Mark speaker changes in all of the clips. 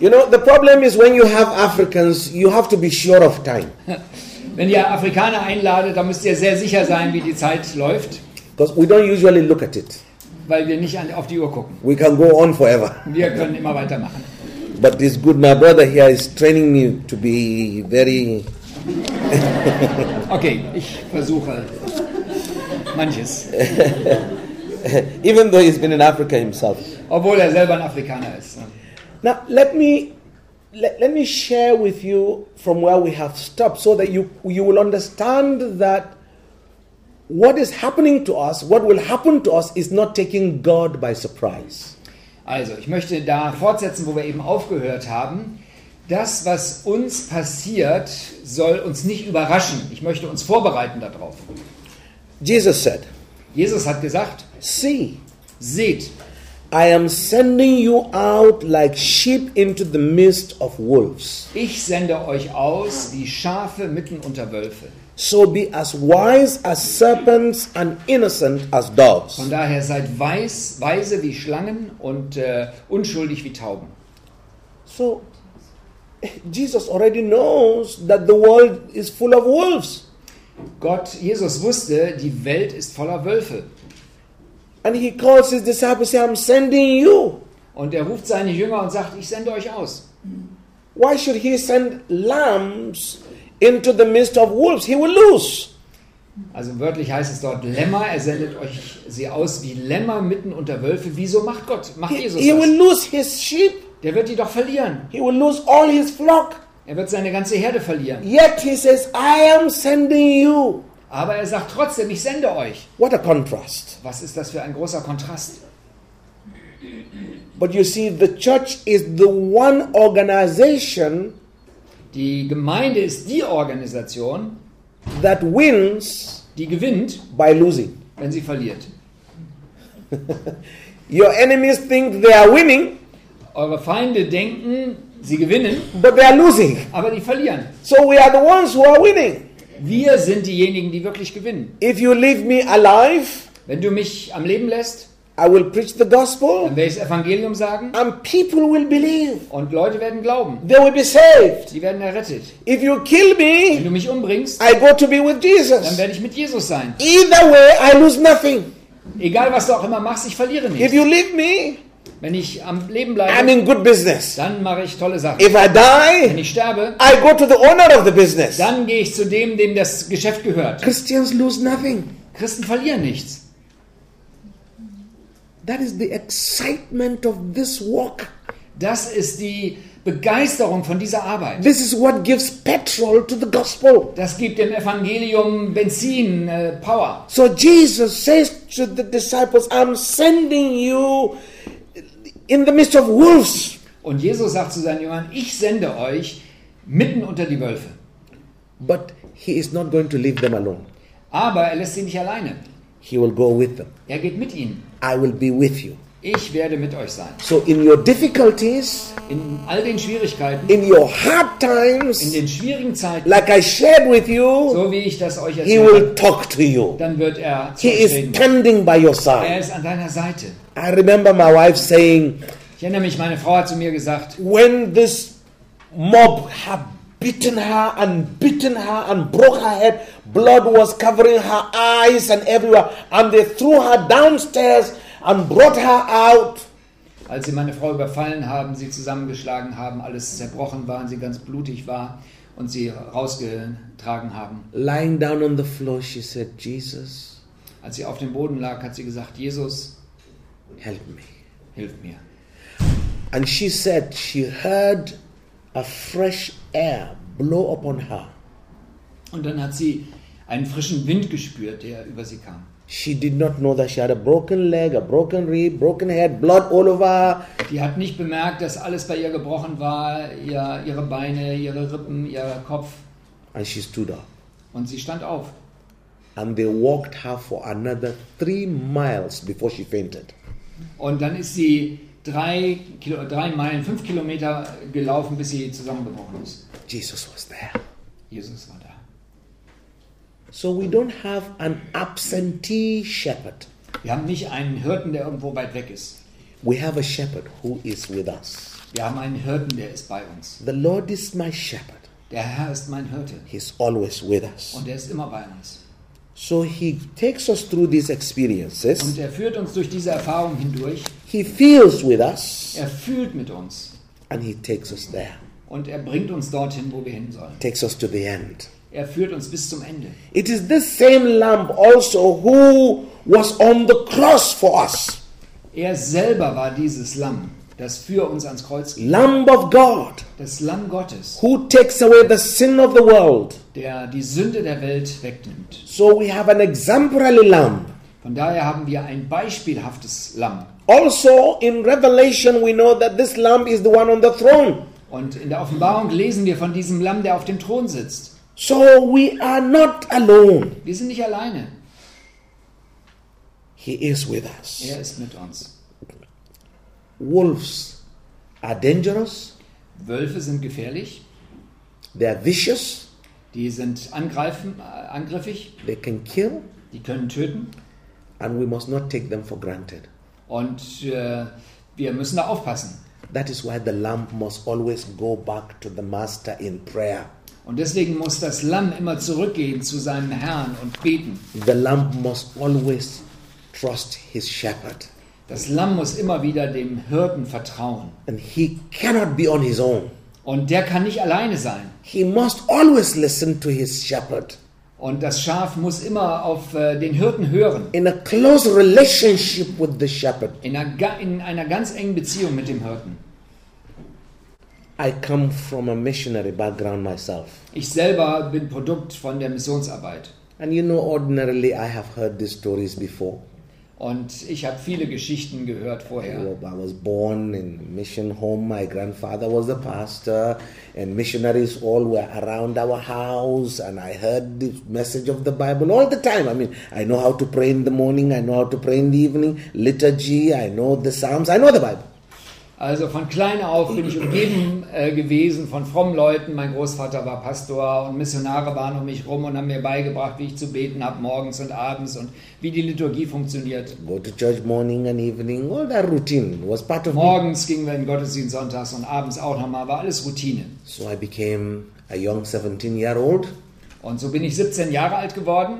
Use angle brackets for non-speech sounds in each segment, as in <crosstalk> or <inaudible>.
Speaker 1: You know, the problem is when you have Africans, you have to be sure of time.
Speaker 2: Wenn ihr Afrikaner einladet, dann müsst ihr sehr sicher sein, wie die Zeit läuft,
Speaker 1: Because we don't usually look at it.
Speaker 2: weil wir nicht an, auf die Uhr gucken.
Speaker 1: We can go on forever.
Speaker 2: Wir können immer weitermachen.
Speaker 1: But this good, my brother here is training me to be very.
Speaker 2: Okay, ich versuche manches,
Speaker 1: Even though he's been in Africa himself.
Speaker 2: obwohl er selber ein Afrikaner ist.
Speaker 1: Now, let me. Let, let me share with you from where we have stopped so that you, you will understand that what is happening to us, what will happen to us, is not taking God by surprise.
Speaker 2: Also, ich möchte da fortsetzen, wo wir eben aufgehört haben. Das, was uns passiert, soll uns nicht überraschen. Ich möchte uns vorbereiten darauf.
Speaker 1: Jesus said,
Speaker 2: Jesus hat gesagt,
Speaker 1: See,
Speaker 2: seht,
Speaker 1: I am sending you out like sheep into the midst of wolves.
Speaker 2: ich sende euch aus wie Schafe mitten unter Wölfe.
Speaker 1: So be as wise as serpents and innocent as
Speaker 2: Von
Speaker 1: doves.
Speaker 2: daher seid weiß, weise wie Schlangen und äh, unschuldig wie Tauben.
Speaker 1: So Jesus already knows that the world is full of wolves.
Speaker 2: Gott, Jesus wusste, die Welt ist voller Wölfe.
Speaker 1: And he calls his disciples, say, I'm sending you.
Speaker 2: Und er ruft seine Jünger und sagt, ich sende euch aus.
Speaker 1: Why should he send lambs into the midst of wolves? He will lose.
Speaker 2: Also wörtlich heißt es dort Lämmer, er sendet euch sie aus wie Lämmer mitten unter Wölfe. Wieso macht Gott, macht
Speaker 1: He,
Speaker 2: Jesus
Speaker 1: he will
Speaker 2: das?
Speaker 1: lose his sheep.
Speaker 2: Der wird die doch verlieren.
Speaker 1: He will lose all his flock.
Speaker 2: Er wird seine ganze Herde verlieren.
Speaker 1: Yet he says, I am sending you.
Speaker 2: Aber er sagt trotzdem, ich sende euch.
Speaker 1: What a contrast.
Speaker 2: Was ist das für ein großer Kontrast?
Speaker 1: But you see, the church is the one organization
Speaker 2: Die Gemeinde ist die Organisation,
Speaker 1: that wins
Speaker 2: die gewinnt,
Speaker 1: by losing.
Speaker 2: wenn sie verliert.
Speaker 1: Your enemies think they are winning,
Speaker 2: Eure Feinde denken, sie gewinnen,
Speaker 1: but they are losing.
Speaker 2: aber die verlieren.
Speaker 1: So we are the ones who are winning.
Speaker 2: Wir sind diejenigen, die wirklich gewinnen.
Speaker 1: If you leave me alive,
Speaker 2: Wenn du mich am Leben lässt,
Speaker 1: I will preach the gospel
Speaker 2: dann werde ich das Evangelium sagen
Speaker 1: and people will believe.
Speaker 2: und Leute werden glauben.
Speaker 1: They will be saved.
Speaker 2: Sie werden errettet.
Speaker 1: If you kill
Speaker 2: Wenn
Speaker 1: me,
Speaker 2: du mich umbringst,
Speaker 1: I go to be with
Speaker 2: dann
Speaker 1: Jesus.
Speaker 2: werde ich mit Jesus sein.
Speaker 1: Either way, I lose nothing.
Speaker 2: Egal, was du auch immer machst, ich verliere
Speaker 1: If
Speaker 2: nicht.
Speaker 1: you leave me,
Speaker 2: Wenn ich am Leben
Speaker 1: I'm
Speaker 2: bleibe,
Speaker 1: in good business.
Speaker 2: dann mache ich tolle Sachen.
Speaker 1: If I
Speaker 2: Wenn
Speaker 1: die,
Speaker 2: ich sterbe,
Speaker 1: I go to the owner of the business.
Speaker 2: dann gehe ich zu dem, dem das Geschäft gehört.
Speaker 1: Christians lose nothing.
Speaker 2: Christen verlieren nichts.
Speaker 1: That is the excitement of this walk.
Speaker 2: Das ist die Begeisterung von dieser Arbeit.
Speaker 1: This is what gives petrol to the gospel.
Speaker 2: Das gibt dem Evangelium Benzin, äh, Power.
Speaker 1: So Jesus says to the disciples, I'm sending you in the midst of wolves.
Speaker 2: Und Jesus sagt zu seinen Jüngern, ich sende euch mitten unter die Wölfe.
Speaker 1: But he is not going to leave them alone.
Speaker 2: Aber er lässt sie nicht alleine.
Speaker 1: He will go with them.
Speaker 2: Er geht mit ihnen.
Speaker 1: I will be with you.
Speaker 2: Ich werde mit euch sein.
Speaker 1: So in your difficulties,
Speaker 2: In all den Schwierigkeiten,
Speaker 1: in your hard
Speaker 2: in
Speaker 1: times,
Speaker 2: den schwierigen Zeiten,
Speaker 1: like I shared with you,
Speaker 2: so wie ich das euch
Speaker 1: he
Speaker 2: erzähle,
Speaker 1: will talk to you.
Speaker 2: dann wird er
Speaker 1: He
Speaker 2: zu euch
Speaker 1: is
Speaker 2: reden.
Speaker 1: standing by your
Speaker 2: Er
Speaker 1: side.
Speaker 2: ist an deiner Seite.
Speaker 1: I remember my wife saying,
Speaker 2: Ich erinnere mich, meine Frau hat zu mir gesagt,
Speaker 1: when this mob had beaten her and beaten her and broke her head, blood was covering her eyes and everywhere, and they threw her downstairs and brought her out.
Speaker 2: als sie meine Frau überfallen haben, sie zusammengeschlagen haben, alles zerbrochen war, und sie ganz blutig war und sie rausgetragen haben.
Speaker 1: Lying down on the floor, she said, Jesus,
Speaker 2: Als sie auf dem Boden lag, hat sie gesagt, Jesus,
Speaker 1: help me.
Speaker 2: hilf mir.
Speaker 1: And she said she heard a fresh air blow upon her.
Speaker 2: Und dann hat sie einen frischen Wind gespürt, der über sie kam.
Speaker 1: She did not know that she had a broken leg, a broken rib, broken head, blood all over her.
Speaker 2: Die hat nicht bemerkt, dass alles bei ihr gebrochen war, ihr, ihre Beine, ihre Rippen, ihr Kopf.
Speaker 1: And she stood up.
Speaker 2: Und sie stand auf.
Speaker 1: and they walked her for another three miles before she fainted.
Speaker 2: Und dann ist sie drei, Kilo, drei Meilen, fünf Kilometer gelaufen, bis sie zusammengebrochen ist.
Speaker 1: Jesus was there.
Speaker 2: Jesus war da.
Speaker 1: So we don't have an absentee shepherd.
Speaker 2: Wir haben nicht einen Hirten, der irgendwo weit weg ist.
Speaker 1: We have a shepherd who is with us.
Speaker 2: Wir haben einen Hirten, der ist bei uns.
Speaker 1: The Lord is my shepherd.
Speaker 2: Der Herr ist mein Hirte
Speaker 1: He's always with us.
Speaker 2: und er ist immer bei uns.
Speaker 1: So he takes us through these
Speaker 2: Und
Speaker 1: experiences.
Speaker 2: er führt uns durch diese Erfahrung hindurch.
Speaker 1: He feels with us
Speaker 2: Er fühlt mit uns
Speaker 1: and he takes us there.
Speaker 2: und er bringt uns dorthin, wo wir hin sollen.
Speaker 1: Takes us to the end.
Speaker 2: Er führt uns bis zum Ende.
Speaker 1: It is this same lamb also who was on the cross for us.
Speaker 2: Er selber war dieses Lamm, das für uns ans Kreuz ging.
Speaker 1: Lamb of God
Speaker 2: Das Lamm Gottes,
Speaker 1: who takes away the sin of the world.
Speaker 2: der die Sünde der Welt wegnimmt.
Speaker 1: So we have an exemplary lamb.
Speaker 2: Von daher haben wir ein beispielhaftes Lamm.
Speaker 1: Also in Revelation we know that this lamb is the one on the throne.
Speaker 2: Und in der Offenbarung lesen wir von diesem Lamm, der auf dem Thron sitzt.
Speaker 1: So we are not alone.
Speaker 2: Wir sind nicht alleine.
Speaker 1: He is with us.
Speaker 2: Er ist mit uns.
Speaker 1: Wolves are dangerous,
Speaker 2: Wölfe sind gefährlich.
Speaker 1: they are vicious,
Speaker 2: Die sind angreifen, äh, angriffig.
Speaker 1: they can kill,
Speaker 2: Die können töten.
Speaker 1: and we must not take them for granted.
Speaker 2: Und äh, wir müssen da aufpassen.
Speaker 1: That is why the lamb must always go back to the master in prayer.
Speaker 2: Und deswegen muss das Lamm immer zurückgehen zu seinem Herrn und beten.
Speaker 1: The lamb must always trust his shepherd,
Speaker 2: Das Lamm muss immer wieder dem Hirten vertrauen.
Speaker 1: and he cannot be on his own.
Speaker 2: Und der kann nicht alleine sein.
Speaker 1: He must always listen to his shepherd
Speaker 2: Und das Schaf muss immer auf äh, den Hirten hören.
Speaker 1: in a close relationship with the shepherd.
Speaker 2: In einer, ga- in einer ganz engen Beziehung mit dem Hirten.
Speaker 1: I come from a missionary background myself.
Speaker 2: Ich selber bin Produkt von der Missionsarbeit.
Speaker 1: And you know, ordinarily, I have heard these stories before.
Speaker 2: Und ich habe viele Geschichten gehört vorher.
Speaker 1: I was born in a mission home. My grandfather was the pastor, and missionaries all were around our house. And I heard the message of the Bible all the time. I mean, I know how to pray in the morning, I know how to pray in the evening, liturgy, I know the Psalms, I know the Bible.
Speaker 2: Also von klein auf bin ich umgeben äh, gewesen von frommen Leuten. Mein Großvater war Pastor und Missionare waren um mich rum und haben mir beigebracht, wie ich zu beten habe, morgens und abends und wie die Liturgie funktioniert.
Speaker 1: Go to church morning and evening, all that routine was part of me.
Speaker 2: Morgens gingen wir in den Gottesdienst sonntags und abends auch nochmal, war alles Routine.
Speaker 1: So I became a young 17 year old,
Speaker 2: Und so bin ich 17 Jahre alt geworden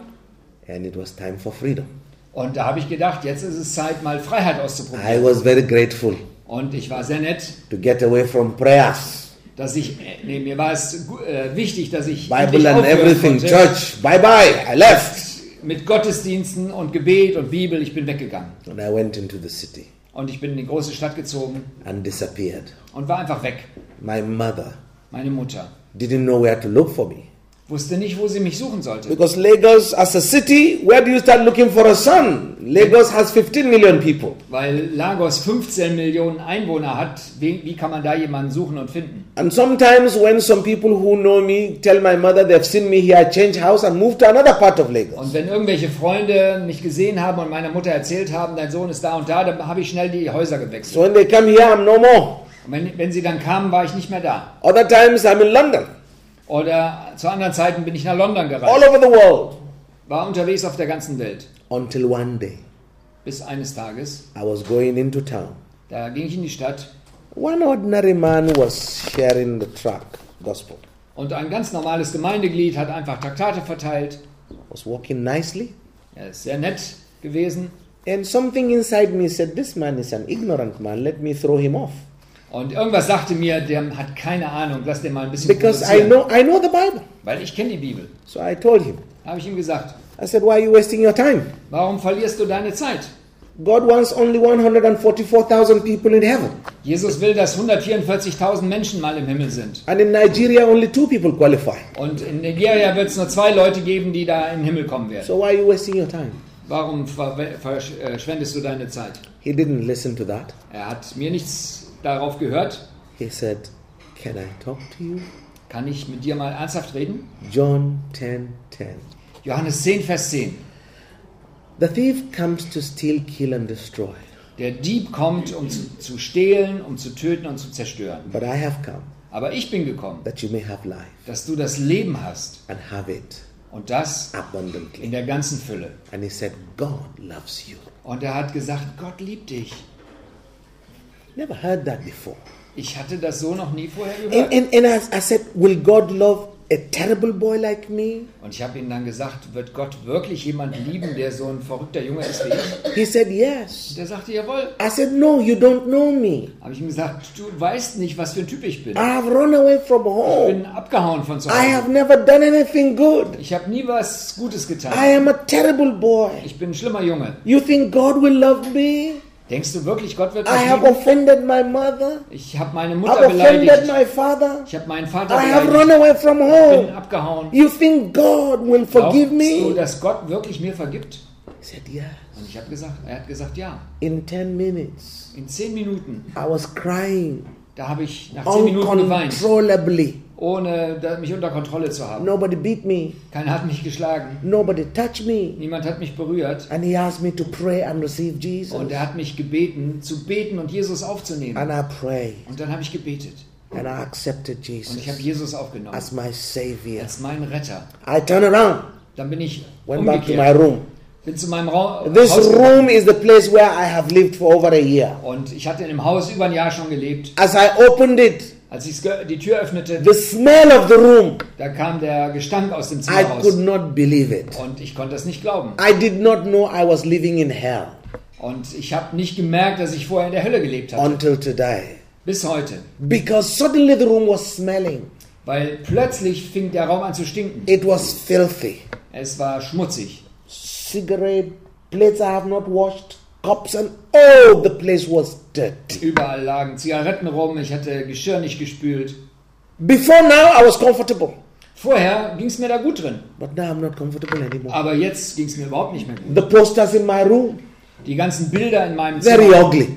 Speaker 1: and it was time for freedom.
Speaker 2: und da habe ich gedacht, jetzt ist es Zeit, mal Freiheit
Speaker 1: I
Speaker 2: auszuprobieren.
Speaker 1: was very grateful
Speaker 2: Und ich war sehr nett,
Speaker 1: to get away from prayers.
Speaker 2: dass ich, äh, nee, mir war es gu- äh, wichtig, dass ich endlich
Speaker 1: Bible and
Speaker 2: aufhören
Speaker 1: everything,
Speaker 2: konnte
Speaker 1: church, bye bye. I left.
Speaker 2: mit Gottesdiensten und Gebet und Bibel. Ich bin weggegangen
Speaker 1: And I went into the city
Speaker 2: und ich bin in die große Stadt gezogen
Speaker 1: and disappeared.
Speaker 2: und war einfach weg.
Speaker 1: My mother
Speaker 2: Meine Mutter
Speaker 1: didn't know where to look for me.
Speaker 2: wusste nicht, wo sie mich suchen sollte.
Speaker 1: Because Lagos, as a city, where do you start looking for a son? Lagos has 15 million people.
Speaker 2: Weil Lagos 15 Millionen Einwohner hat, wie, wie kann man da jemanden suchen und finden?
Speaker 1: And sometimes, when some people who know me tell my mother they've seen me here, I change house and move to another part of Lagos.
Speaker 2: Und wenn irgendwelche Freunde mich gesehen haben und meiner Mutter erzählt haben, dein Sohn ist da und da, dann habe ich schnell die Häuser gewechselt.
Speaker 1: So when they come here, I'm no more.
Speaker 2: Und wenn, wenn sie dann kamen, war ich nicht mehr da.
Speaker 1: Other times, I'm in London,
Speaker 2: Oder zu anderen Zeiten bin ich nach London
Speaker 1: all
Speaker 2: gereist.
Speaker 1: over the world.
Speaker 2: War unterwegs auf der ganzen Welt.
Speaker 1: Until one day,
Speaker 2: Bis eines Tages,
Speaker 1: I was going into town.
Speaker 2: da ging ich in die Stadt
Speaker 1: One ordinary man was sharing the tract, gospel.
Speaker 2: Und ein ganz normales Gemeindeglied hat einfach Traktate verteilt.
Speaker 1: Was walking nicely,
Speaker 2: Er ist sehr nett gewesen.
Speaker 1: and something inside me said, "This man is an ignorant man. Let me throw him off."
Speaker 2: Und irgendwas sagte mir, der hat keine Ahnung, lass den mal ein bisschen
Speaker 1: Because I
Speaker 2: provozieren.
Speaker 1: know I know the Bible.
Speaker 2: Weil ich kenne die Bibel.
Speaker 1: So I told him.
Speaker 2: Habe ich ihm gesagt,
Speaker 1: I said, "Why are you wasting your time?
Speaker 2: warum verlierst du deine Zeit?
Speaker 1: God wants only 144,000 people in heaven,
Speaker 2: Jesus will, dass 144.000 Menschen mal im Himmel sind.
Speaker 1: and in Nigeria only two people qualify.
Speaker 2: Und in Nigeria wird es nur zwei Leute geben, die da in den Himmel kommen werden.
Speaker 1: So why are you wasting your time?"
Speaker 2: Warum ver- versch- äh, verschwendest du deine Zeit?
Speaker 1: He didn't listen to that.
Speaker 2: Er hat mir nichts darauf gehört.
Speaker 1: He said, "Can I talk to you?"
Speaker 2: Kann ich mit dir mal ernsthaft reden?
Speaker 1: John 10:10.
Speaker 2: Johannes 10, Vers 10.
Speaker 1: The thief comes to steal, kill, and destroy.
Speaker 2: Der Dieb kommt, um zu, zu stehlen, um zu töten und zu zerstören.
Speaker 1: But I have come
Speaker 2: Aber ich bin gekommen,
Speaker 1: that you may have life
Speaker 2: dass du das Leben hast
Speaker 1: and have it
Speaker 2: und das in
Speaker 1: abundantly.
Speaker 2: der ganzen Fülle.
Speaker 1: And he said, God loves you.
Speaker 2: Und er hat gesagt, Gott liebt dich.
Speaker 1: Never heard that before.
Speaker 2: Ich hatte das so noch nie vorher gehört.
Speaker 1: And, and, and I, I said, Will God love a terrible boy like me?
Speaker 2: Und ich habe ihm dann gesagt, wird Gott wirklich jemand lieben, der so ein verrückter Junge ist wie ich?
Speaker 1: He said, Yes.
Speaker 2: Der sagte, jawohl.
Speaker 1: I said, No, you don't know me.
Speaker 2: Habe ich ihm gesagt, du weißt nicht, was für ein Typ ich bin.
Speaker 1: I have run away from
Speaker 2: Ich
Speaker 1: home.
Speaker 2: bin abgehauen von zu
Speaker 1: I
Speaker 2: Hause.
Speaker 1: have never done anything good.
Speaker 2: Ich habe nie was Gutes
Speaker 1: I
Speaker 2: getan.
Speaker 1: am a terrible boy.
Speaker 2: Ich bin ein schlimmer Junge.
Speaker 1: You think God will love me?
Speaker 2: Denkst du wirklich, Gott wird
Speaker 1: I
Speaker 2: mich
Speaker 1: have
Speaker 2: lieben?
Speaker 1: offended my mother.
Speaker 2: Ich habe meine
Speaker 1: I've
Speaker 2: Mutter
Speaker 1: offended
Speaker 2: beleidigt.
Speaker 1: my father.
Speaker 2: Ich habe meinen Vater
Speaker 1: I have
Speaker 2: beleidigt.
Speaker 1: run away from
Speaker 2: Ich bin
Speaker 1: home.
Speaker 2: abgehauen.
Speaker 1: You think God will forgive
Speaker 2: Glaubst du,
Speaker 1: me?
Speaker 2: dass Gott wirklich mir vergibt?
Speaker 1: He said, Yes.
Speaker 2: Und ich habe gesagt, er hat gesagt, ja.
Speaker 1: In 10 minutes,
Speaker 2: In zehn Minuten,
Speaker 1: I was crying
Speaker 2: da habe ich nach zehn Minuten geweint,
Speaker 1: uncontrollably.
Speaker 2: ohne da- mich unter Kontrolle zu haben.
Speaker 1: Nobody beat me.
Speaker 2: Keiner hat mich geschlagen.
Speaker 1: Nobody touched me.
Speaker 2: Niemand hat mich berührt.
Speaker 1: And he asked me to pray and receive Jesus.
Speaker 2: Und er hat mich gebeten, zu beten und Jesus aufzunehmen.
Speaker 1: And I prayed
Speaker 2: Und dann habe ich gebetet.
Speaker 1: and I accepted
Speaker 2: Und ich habe
Speaker 1: Jesus
Speaker 2: Jesus aufgenommen.
Speaker 1: as my Savior.
Speaker 2: Als meinen Retter.
Speaker 1: I turned around,
Speaker 2: Dann bin ich
Speaker 1: went back to my
Speaker 2: umgekehrt.
Speaker 1: room.
Speaker 2: Bin zu meinem Ra
Speaker 1: This
Speaker 2: Haus gegangen.
Speaker 1: room is the place where I have lived for over a year.
Speaker 2: Und ich hatte in dem Haus über ein Jahr schon gelebt.
Speaker 1: As I opened it,
Speaker 2: Als ich die Tür öffnete,
Speaker 1: the smell of the room,
Speaker 2: da kam der Gestank aus dem Zimmer
Speaker 1: I could
Speaker 2: raus.
Speaker 1: not believe it.
Speaker 2: Und ich konnte das nicht glauben.
Speaker 1: I did not know I was living in hell
Speaker 2: Und ich habe nicht gemerkt, dass ich vorher in der Hölle gelebt habe.
Speaker 1: until today.
Speaker 2: Bis heute.
Speaker 1: Because suddenly the room was smelling.
Speaker 2: Weil plötzlich fing der Raum an zu stinken.
Speaker 1: It was filthy.
Speaker 2: Es war schmutzig.
Speaker 1: Cigarette plates I have not washed, cups, and oh, the place was dirty.
Speaker 2: Überall lagen Zigaretten rum, ich hatte Geschirr nicht gespült.
Speaker 1: Before now, I was comfortable.
Speaker 2: Vorher ging es mir da gut drin,
Speaker 1: But now I'm not comfortable anymore.
Speaker 2: aber jetzt ging es mir überhaupt nicht mehr gut.
Speaker 1: The posters in my room,
Speaker 2: Die ganzen Bilder in meinem
Speaker 1: very
Speaker 2: Zimmer,
Speaker 1: ugly.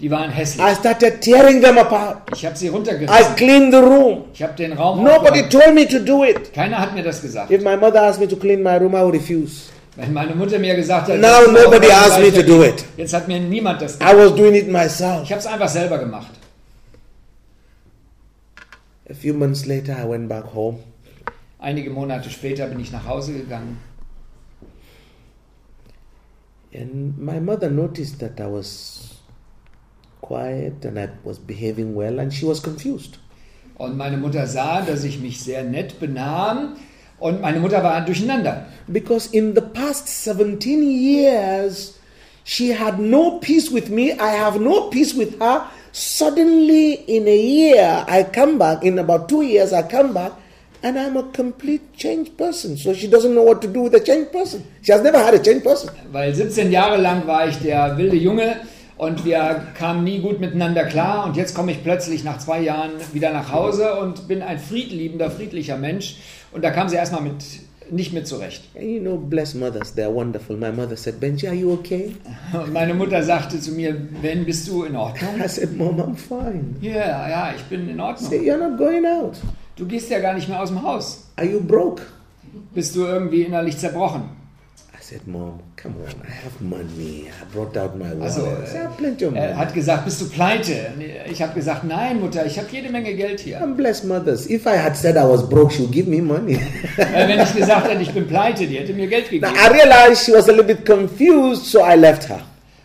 Speaker 2: die waren hässlich.
Speaker 1: I started tearing them apart.
Speaker 2: Ich habe sie
Speaker 1: I
Speaker 2: runtergerissen.
Speaker 1: cleaned the room.
Speaker 2: Ich habe den Raum
Speaker 1: Nobody
Speaker 2: aufgeräumt.
Speaker 1: told me to do it.
Speaker 2: Keiner hat mir das gesagt.
Speaker 1: If my mother asked me to clean my room, I would refuse.
Speaker 2: Wenn meine Mutter mir gesagt hat,
Speaker 1: Now
Speaker 2: jetzt-
Speaker 1: nobody asked me to do it.
Speaker 2: jetzt hat mir niemand das gesagt.
Speaker 1: I was doing it myself.
Speaker 2: Ich habe es einfach selber gemacht.
Speaker 1: A few months later, I went back home.
Speaker 2: Einige Monate später bin ich nach Hause gegangen
Speaker 1: And my mother noticed that I was quiet and I was behaving well, and she was confused.
Speaker 2: und meine Mutter sah, dass ich mich sehr nett benahm und meine Mutter war durcheinander.
Speaker 1: Because in the past 17 years, she had no peace with me, I have no peace with her. Suddenly, in a year, I come back, in about two years, I come back, and I'm a complete changed person. So she doesn't know what to do with a changed person. She has never had a changed person.
Speaker 2: Weil 17 Jahre lang war ich der wilde Junge und wir kamen nie gut miteinander klar. Und jetzt komme ich plötzlich nach zwei Jahren wieder nach Hause und bin ein friedliebender, friedlicher Mensch. Und da kam sie erstmal mit, nicht mit zurecht.
Speaker 1: And you know, bless mothers, they're wonderful. My mother said, Benji, are you okay?
Speaker 2: Und meine Mutter sagte zu mir, wenn bist du in Ordnung?
Speaker 1: I said, Mom, I'm fine.
Speaker 2: Ja, ja, ich bin in Ordnung.
Speaker 1: Say, You're not going out.
Speaker 2: Du gehst ja gar nicht mehr aus dem Haus.
Speaker 1: Are you broke?
Speaker 2: Bist du irgendwie innerlich zerbrochen?
Speaker 1: I said, Mom, come on. I have money. I brought out my wallet.
Speaker 2: Also,
Speaker 1: I have plenty of
Speaker 2: Er
Speaker 1: money.
Speaker 2: hat gesagt, bist du pleite? Ich habe gesagt, nein, Mutter, ich habe jede Menge Geld hier.
Speaker 1: I'm blessed mothers. If I had said I was broke, she'd give me money. <laughs>
Speaker 2: Weil wenn ich gesagt hätte, ich bin pleite, die hätte mir Geld
Speaker 1: now,
Speaker 2: gegeben.
Speaker 1: I realized she was a little bit confused, so I left her.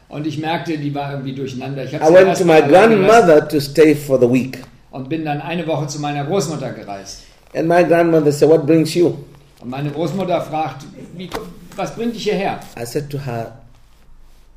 Speaker 2: Und ich merkte, die war irgendwie durcheinander. Ich hab
Speaker 1: I
Speaker 2: sie
Speaker 1: went
Speaker 2: erst
Speaker 1: to my
Speaker 2: mal allein gelassen
Speaker 1: grandmother to stay for the week.
Speaker 2: Und bin dann eine Woche zu meiner Großmutter gereist.
Speaker 1: And my grandmother said, What brings you?
Speaker 2: Und meine Großmutter fragt, wie, was bringt dich hierher?
Speaker 1: I said to her,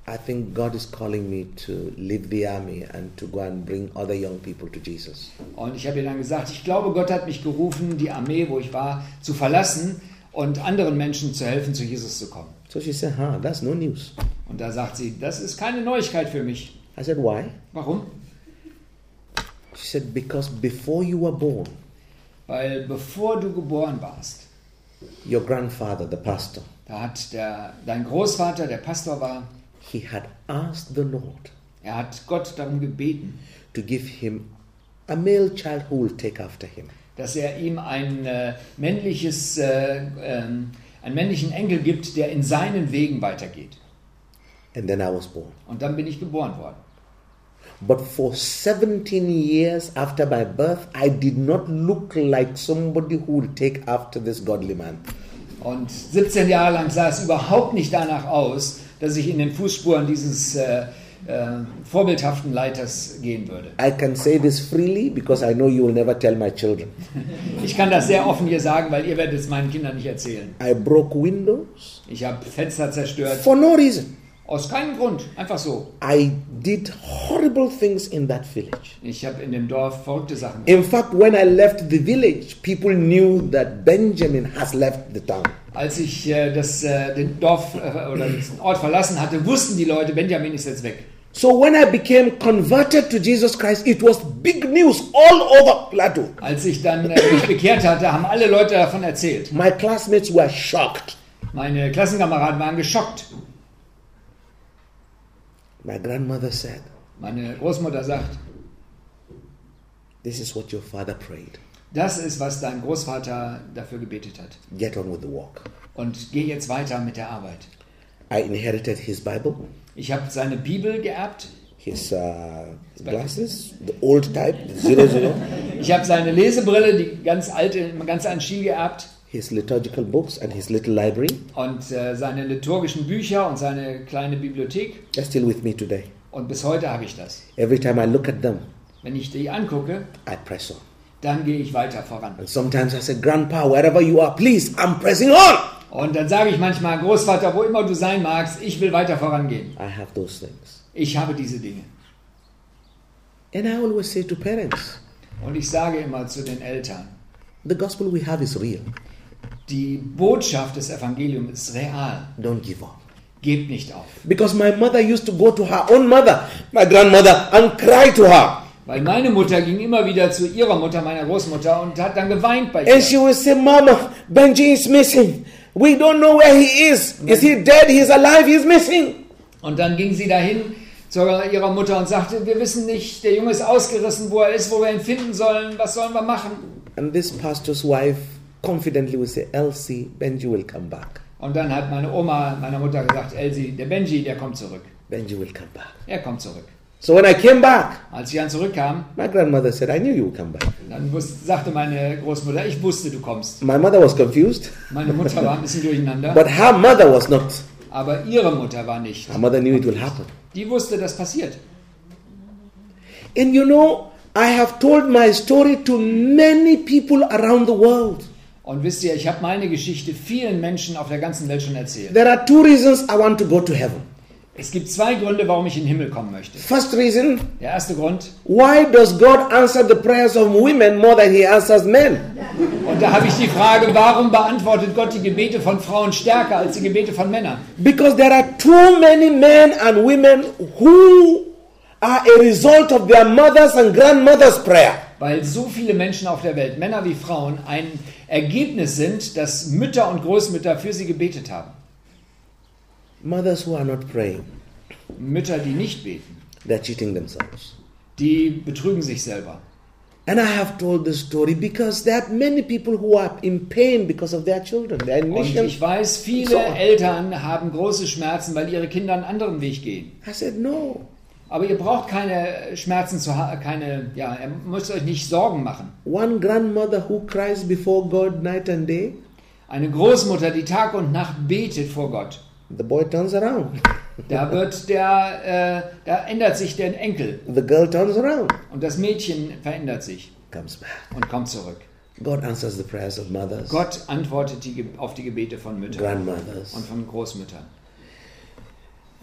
Speaker 1: I think God is calling me to leave the army and to go and bring other young people to Jesus.
Speaker 2: Und ich habe ihr dann gesagt, ich glaube, Gott hat mich gerufen, die Armee, wo ich war, zu verlassen und anderen Menschen zu helfen, zu Jesus zu kommen.
Speaker 1: So she said, Huh, that's no news.
Speaker 2: Und da sagt sie, das ist keine Neuigkeit für mich.
Speaker 1: I said, Why?
Speaker 2: Warum?
Speaker 1: She said, Because before you were born,
Speaker 2: Weil bevor du geboren warst,
Speaker 1: your grandfather, the pastor,
Speaker 2: da hat der, dein Großvater, der Pastor war,
Speaker 1: he had asked the Lord
Speaker 2: er hat Gott darum gebeten,
Speaker 1: to give him a male child who will take after him.
Speaker 2: dass er ihm ein äh, männliches, äh, ähm, einen männlichen Enkel gibt, der in seinen Wegen weitergeht.
Speaker 1: And then I was born.
Speaker 2: Und dann bin ich geboren worden.
Speaker 1: But for 17 years after my birth, I did not look like somebody who will take after this godly man.
Speaker 2: Und 17 Jahre lang sah es überhaupt nicht danach aus, dass ich in den Fußspuren dieses äh, äh, vorbildhaften Leiters gehen würde.
Speaker 1: I can say this freely because I know you will never tell my children.
Speaker 2: Ich kann das sehr offen hier sagen, weil ihr werdet es meinen Kindern nicht erzählen.
Speaker 1: I broke windows
Speaker 2: Ich habe Fenster zerstört.
Speaker 1: for no reason.
Speaker 2: Aus keinem Grund, einfach so.
Speaker 1: I did horrible things in that village.
Speaker 2: Ich habe in dem Dorf verrückte Sachen gemacht.
Speaker 1: In fact, when I left the village, people knew that Benjamin has left the town.
Speaker 2: Als ich äh, das, äh, den Dorf äh, oder den Ort verlassen hatte, wussten die Leute, Benjamin ist jetzt weg.
Speaker 1: So when I became converted to Jesus Christ, it was big news all over Plateau.
Speaker 2: Als ich dann äh, mich bekehrt hatte, haben alle Leute davon erzählt.
Speaker 1: My classmates were shocked.
Speaker 2: Meine Klassenkameraden waren geschockt.
Speaker 1: My grandmother said,
Speaker 2: Meine Großmutter sagt,
Speaker 1: This is what your father prayed.
Speaker 2: das ist, was dein Großvater dafür gebetet hat.
Speaker 1: Get on with the walk.
Speaker 2: Und geh jetzt weiter mit der Arbeit.
Speaker 1: I inherited his Bible,
Speaker 2: Ich habe seine Bibel geerbt,
Speaker 1: his uh, glasses, the old type, the zero zero, <laughs>
Speaker 2: ich habe seine Lesebrille, die ganz alte, im ganz alten Stil geerbt
Speaker 1: his liturgical books, and his little library
Speaker 2: und äh, seine liturgischen Bücher und seine kleine Bibliothek.
Speaker 1: are still with me today.
Speaker 2: Und bis heute habe ich das.
Speaker 1: Every time I look at them,
Speaker 2: Wenn ich die angucke,
Speaker 1: I press on.
Speaker 2: dann gehe ich weiter voran.
Speaker 1: And sometimes I say, Grandpa, wherever you are, please, I'm pressing on.
Speaker 2: Und dann sage ich manchmal, Großvater, wo immer du sein magst, ich will weiter vorangehen.
Speaker 1: I have those things.
Speaker 2: Ich habe diese Dinge.
Speaker 1: And I always say to parents,
Speaker 2: Und ich sage immer zu den Eltern,
Speaker 1: the gospel we have is real.
Speaker 2: die Botschaft des Evangeliums ist real.
Speaker 1: Don't give up.
Speaker 2: Gebt nicht auf.
Speaker 1: Because my mother used to go to her own mother, my grandmother, and cry to her.
Speaker 2: Weil meine Mutter ging immer wieder zu ihrer Mutter, meiner Großmutter, und hat dann geweint bei
Speaker 1: And
Speaker 2: ihr.
Speaker 1: she would say, Mama, Benji is missing. We don't know where he is. Is he dead? He's alive. He's missing.
Speaker 2: Und dann ging sie dahin zu ihrer Mutter und sagte, wir wissen nicht, der Junge ist ausgerissen, wo er ist, wo wir ihn finden sollen, was sollen wir machen?
Speaker 1: And this pastor's wife confidently would say, Elsie, Benji will come back.
Speaker 2: Und dann hat meine Oma meiner Mutter gesagt, Elsie, der Benji, der kommt zurück.
Speaker 1: Benji will come back.
Speaker 2: Er kommt zurück.
Speaker 1: So when I came back,
Speaker 2: Als ich dann zurückkam,
Speaker 1: my grandmother said, I knew you would come back.
Speaker 2: dann wus- sagte meine Großmutter, ich wusste, du kommst.
Speaker 1: My mother was confused,
Speaker 2: Meine Mutter war ein bisschen durcheinander,
Speaker 1: but her mother was not.
Speaker 2: aber ihre Mutter war nicht.
Speaker 1: Her mother knew it will happen.
Speaker 2: Die wusste, das passiert.
Speaker 1: And you know, I have told my story to many people around the world.
Speaker 2: Und wisst ihr, ich habe meine Geschichte vielen Menschen auf der ganzen Welt schon erzählt.
Speaker 1: There are two reasons I want to go to heaven.
Speaker 2: Es gibt zwei Gründe, warum ich in den Himmel kommen möchte.
Speaker 1: First reason,
Speaker 2: Der erste Grund,
Speaker 1: why does God answer the prayers of women more than he answers men?
Speaker 2: und da habe ich die Frage, warum beantwortet Gott die Gebete von Frauen stärker als die Gebete von Männern?
Speaker 1: Because there are too many men and women who are a result of their mothers and grandmothers' prayer.
Speaker 2: Weil so viele Menschen auf der Welt, Männer wie Frauen, ein Ergebnis sind, dass Mütter und Großmütter für sie gebetet haben.
Speaker 1: Mothers who are not praying,
Speaker 2: Mütter, die nicht beten,
Speaker 1: they're cheating themselves.
Speaker 2: die betrügen sich selber.
Speaker 1: And I have told this story because there are many people who are in pain because of their children. They're in
Speaker 2: Und
Speaker 1: mission.
Speaker 2: ich weiß, viele Eltern haben große Schmerzen, weil ihre Kinder einen anderen Weg gehen.
Speaker 1: I said, no.
Speaker 2: Aber ihr braucht keine Schmerzen zu haben, keine, ja, ihr müsst euch nicht Sorgen machen.
Speaker 1: One grandmother who cries before God night and day,
Speaker 2: Eine Großmutter, die Tag und Nacht betet vor Gott,
Speaker 1: the boy turns around. <laughs>
Speaker 2: da wird der, äh, da ändert sich der Enkel
Speaker 1: The girl turns around,
Speaker 2: und das Mädchen verändert sich
Speaker 1: comes back.
Speaker 2: und kommt zurück.
Speaker 1: God answers the prayers of mothers,
Speaker 2: Gott antwortet die, Ge- auf die Gebete von Müttern und
Speaker 1: grandmothers.
Speaker 2: von Großmüttern.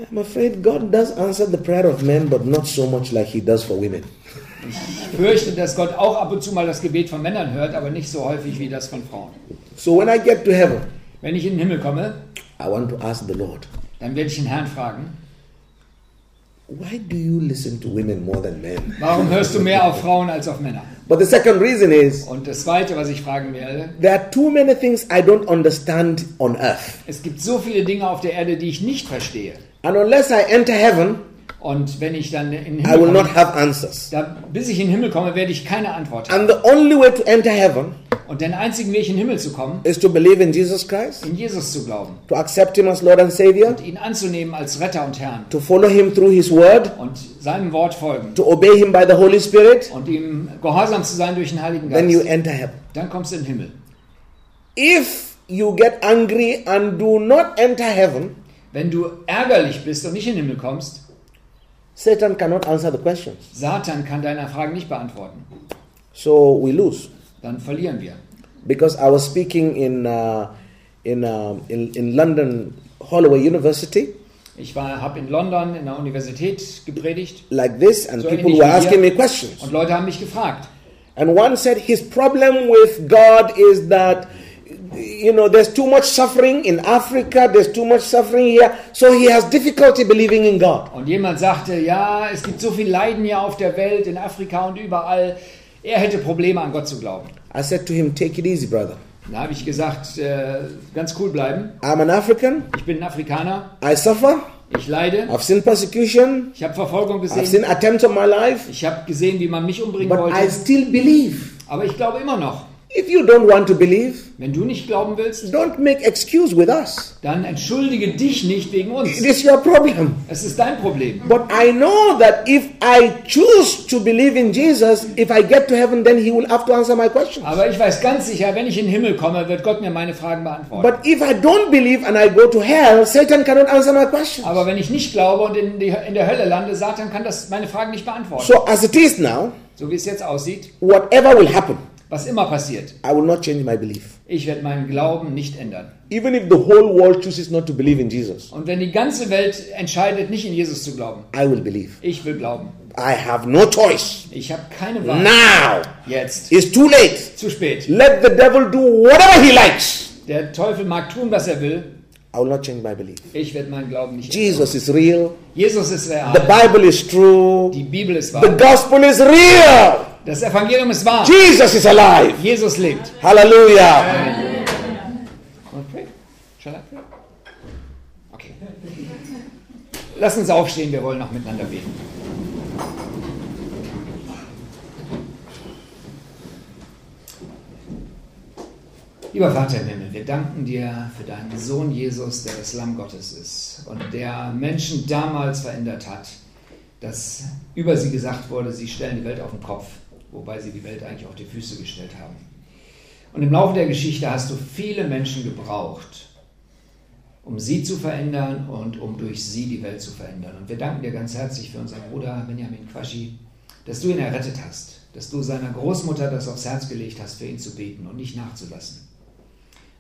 Speaker 1: I'm afraid God does answer the prayer of men, but not so much like He does for women.
Speaker 2: Ich fürchte, dass Gott auch ab und zu mal das Gebet von Männern hört, aber nicht so häufig wie das von Frauen.
Speaker 1: So when I get to heaven,
Speaker 2: Wenn ich in den Himmel komme,
Speaker 1: I want to ask the Lord,
Speaker 2: dann werde ich den Herrn fragen,
Speaker 1: why do you listen to women more than men?
Speaker 2: warum hörst du mehr auf Frauen als auf Männer?
Speaker 1: <laughs> But the second reason is
Speaker 2: Und das Zweite, was ich fragen werde,
Speaker 1: there are too many things I don't understand on earth.
Speaker 2: Es gibt so viele Dinge auf der Erde, die ich nicht verstehe.
Speaker 1: And unless I enter heaven,
Speaker 2: Und wenn ich dann in den
Speaker 1: I will
Speaker 2: Himmel
Speaker 1: not
Speaker 2: komme,
Speaker 1: have answers.
Speaker 2: da, bis ich in den Himmel komme, werde ich keine Antwort haben.
Speaker 1: And the only way to enter heaven
Speaker 2: Und den einzigen Weg, in den Himmel zu kommen,
Speaker 1: is to believe in Jesus Christ,
Speaker 2: in Jesus zu glauben,
Speaker 1: to accept Him as Lord and Savior,
Speaker 2: ihn anzunehmen als Retter und Herrn
Speaker 1: to follow Him through His Word,
Speaker 2: und seinem Wort folgen
Speaker 1: to obey Him by the Holy Spirit,
Speaker 2: und ihm gehorsam zu sein durch den Heiligen
Speaker 1: then you
Speaker 2: Geist.
Speaker 1: enter heaven.
Speaker 2: Dann kommst du in den Himmel.
Speaker 1: If you get angry and do not enter heaven,
Speaker 2: Wenn du ärgerlich bist und nicht in den Himmel kommst,
Speaker 1: Satan cannot answer the questions.
Speaker 2: Satan kann deine Fragen nicht beantworten.
Speaker 1: So we lose
Speaker 2: Dann verlieren wir.
Speaker 1: because I was speaking in uh, in, um in in London Holloway University
Speaker 2: Ich habe in London in der Universität gepredigt
Speaker 1: like this, and
Speaker 2: So
Speaker 1: people
Speaker 2: ähnlich
Speaker 1: were
Speaker 2: wie
Speaker 1: asking me
Speaker 2: wir.
Speaker 1: questions.
Speaker 2: und Leute haben mich gefragt.
Speaker 1: And one said his problem with God is that you know there's too much suffering in Africa, there's too much suffering here, so he has difficulty believing in God.
Speaker 2: Und jemand sagte, ja, es gibt so viel Leiden hier auf der Welt, in Afrika und überall. Er hätte Probleme an Gott zu glauben.
Speaker 1: I said to him, Take it easy, brother.
Speaker 2: Da habe ich gesagt, äh, ganz cool bleiben.
Speaker 1: I'm an African,
Speaker 2: Ich bin ein Afrikaner,
Speaker 1: I suffer,
Speaker 2: ich leide,
Speaker 1: I've seen persecution,
Speaker 2: ich habe Verfolgung
Speaker 1: I've
Speaker 2: gesehen,
Speaker 1: seen attempts on my life,
Speaker 2: ich habe gesehen, wie man mich umbringen
Speaker 1: but I
Speaker 2: wollte.
Speaker 1: still believe.
Speaker 2: Aber ich glaube immer noch.
Speaker 1: If you don't want to believe,
Speaker 2: Wenn du nicht glauben willst,
Speaker 1: don't make excuse with us.
Speaker 2: dann entschuldige dich nicht wegen
Speaker 1: It
Speaker 2: uns.
Speaker 1: is your problem.
Speaker 2: Es ist dein Problem.
Speaker 1: But I know that if I choose to believe in Jesus, if I get to heaven, then he will have to answer my questions.
Speaker 2: Aber ich weiß ganz sicher, wenn ich in den Himmel komme, wird Gott mir meine Fragen beantworten.
Speaker 1: But if I don't believe and I go to hell, Satan cannot answer my question.
Speaker 2: Aber wenn ich nicht glaube und in, die, in der Hölle lande, Satan kann das meine Fragen nicht beantworten.
Speaker 1: So as it is now,
Speaker 2: So wie es jetzt aussieht,
Speaker 1: whatever will happen,
Speaker 2: was immer passiert,
Speaker 1: I will not change my belief.
Speaker 2: ich werde meinen Glauben nicht ändern.
Speaker 1: Even if the whole world chooses not to believe in Jesus,
Speaker 2: Und wenn die ganze Welt entscheidet, nicht in Jesus zu glauben,
Speaker 1: I will believe.
Speaker 2: ich will glauben.
Speaker 1: I have no choice.
Speaker 2: Ich habe keine Wahl.
Speaker 1: Now
Speaker 2: Jetzt.
Speaker 1: it's too late.
Speaker 2: Zu spät.
Speaker 1: Let the devil do whatever he likes.
Speaker 2: Der Teufel mag tun, was er will.
Speaker 1: I will not change my belief.
Speaker 2: Ich werde meinen Glauben nicht ändern.
Speaker 1: Jesus is real.
Speaker 2: Jesus ist
Speaker 1: The
Speaker 2: real.
Speaker 1: Bible is true.
Speaker 2: Die Bibel ist
Speaker 1: The
Speaker 2: wahr.
Speaker 1: gospel is real.
Speaker 2: Das Evangelium ist wahr.
Speaker 1: Jesus is alive.
Speaker 2: Jesus lebt.
Speaker 1: Hallelujah.
Speaker 2: Want to pray? Shall I pray? Okay. Lass uns aufstehen, wir wollen noch miteinander beten. Lieber Vater im Himmel, wir danken dir für deinen Sohn Jesus, der das Lamm Gottes ist und der Menschen damals verändert hat, dass über sie gesagt wurde, sie stellen die Welt auf den Kopf, wobei sie die Welt eigentlich auf die Füße gestellt haben. Und im Laufe der Geschichte hast du viele Menschen gebraucht, um sie zu verändern und um durch sie die Welt zu verändern. Und wir danken dir ganz herzlich für unseren Bruder Benjamin Quashi, dass du ihn errettet hast, dass du seiner Großmutter das aufs Herz gelegt hast, für ihn zu beten und nicht nachzulassen.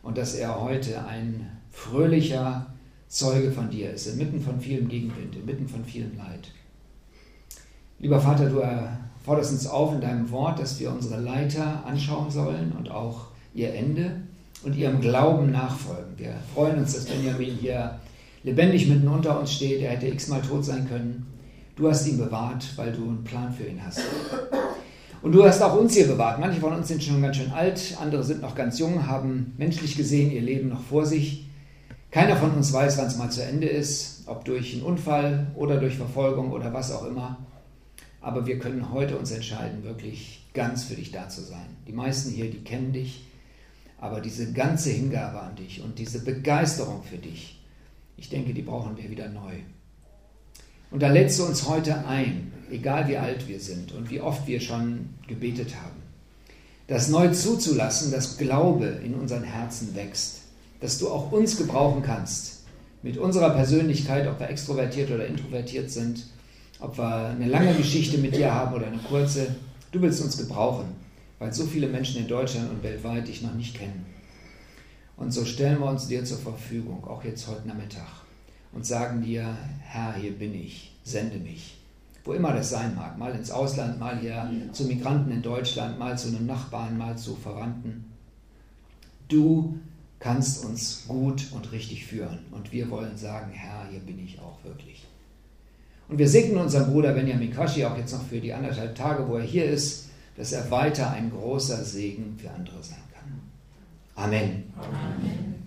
Speaker 2: Und dass er heute ein fröhlicher Zeuge von dir ist, inmitten von vielem Gegenwind, inmitten von vielem Leid. Lieber Vater, du äh, forderst uns auf in deinem Wort, dass wir unsere Leiter anschauen sollen und auch ihr Ende und ihrem Glauben nachfolgen. Wir freuen uns, dass Benjamin hier lebendig mitten unter uns steht. Er hätte x-mal tot sein können. Du hast ihn bewahrt, weil du einen Plan für ihn hast. Und du hast auch uns hier bewahrt. Manche von uns sind schon ganz schön alt, andere sind noch ganz jung, haben menschlich gesehen ihr Leben noch vor sich. Keiner von uns weiß, wann es mal zu Ende ist, ob durch einen Unfall oder durch Verfolgung oder was auch immer. Aber wir können heute uns entscheiden, wirklich ganz für dich da zu sein. Die meisten hier, die kennen dich, aber diese ganze Hingabe an dich und diese Begeisterung für dich, ich denke, die brauchen wir wieder neu. Und da lädst du uns heute ein, egal wie alt wir sind und wie oft wir schon gebetet haben, das neu zuzulassen, dass Glaube in unseren Herzen wächst, dass du auch uns gebrauchen kannst, mit unserer Persönlichkeit, ob wir extrovertiert oder introvertiert sind, ob wir eine lange Geschichte mit dir haben oder eine kurze. Du willst uns gebrauchen, weil so viele Menschen in Deutschland und weltweit dich noch nicht kennen. Und so stellen wir uns dir zur Verfügung, auch jetzt heute Nachmittag, und sagen dir, Herr, hier bin ich, sende mich. Wo immer das sein mag, mal ins Ausland, mal hier zu Migranten in Deutschland, mal zu einem Nachbarn, mal zu Verwandten. Du kannst uns gut und richtig führen. Und wir wollen sagen, Herr, hier bin ich auch wirklich. Und wir segnen unseren Bruder Benjamin Kashi auch jetzt noch für die anderthalb Tage, wo er hier ist, dass er weiter ein großer Segen für andere sein kann. Amen.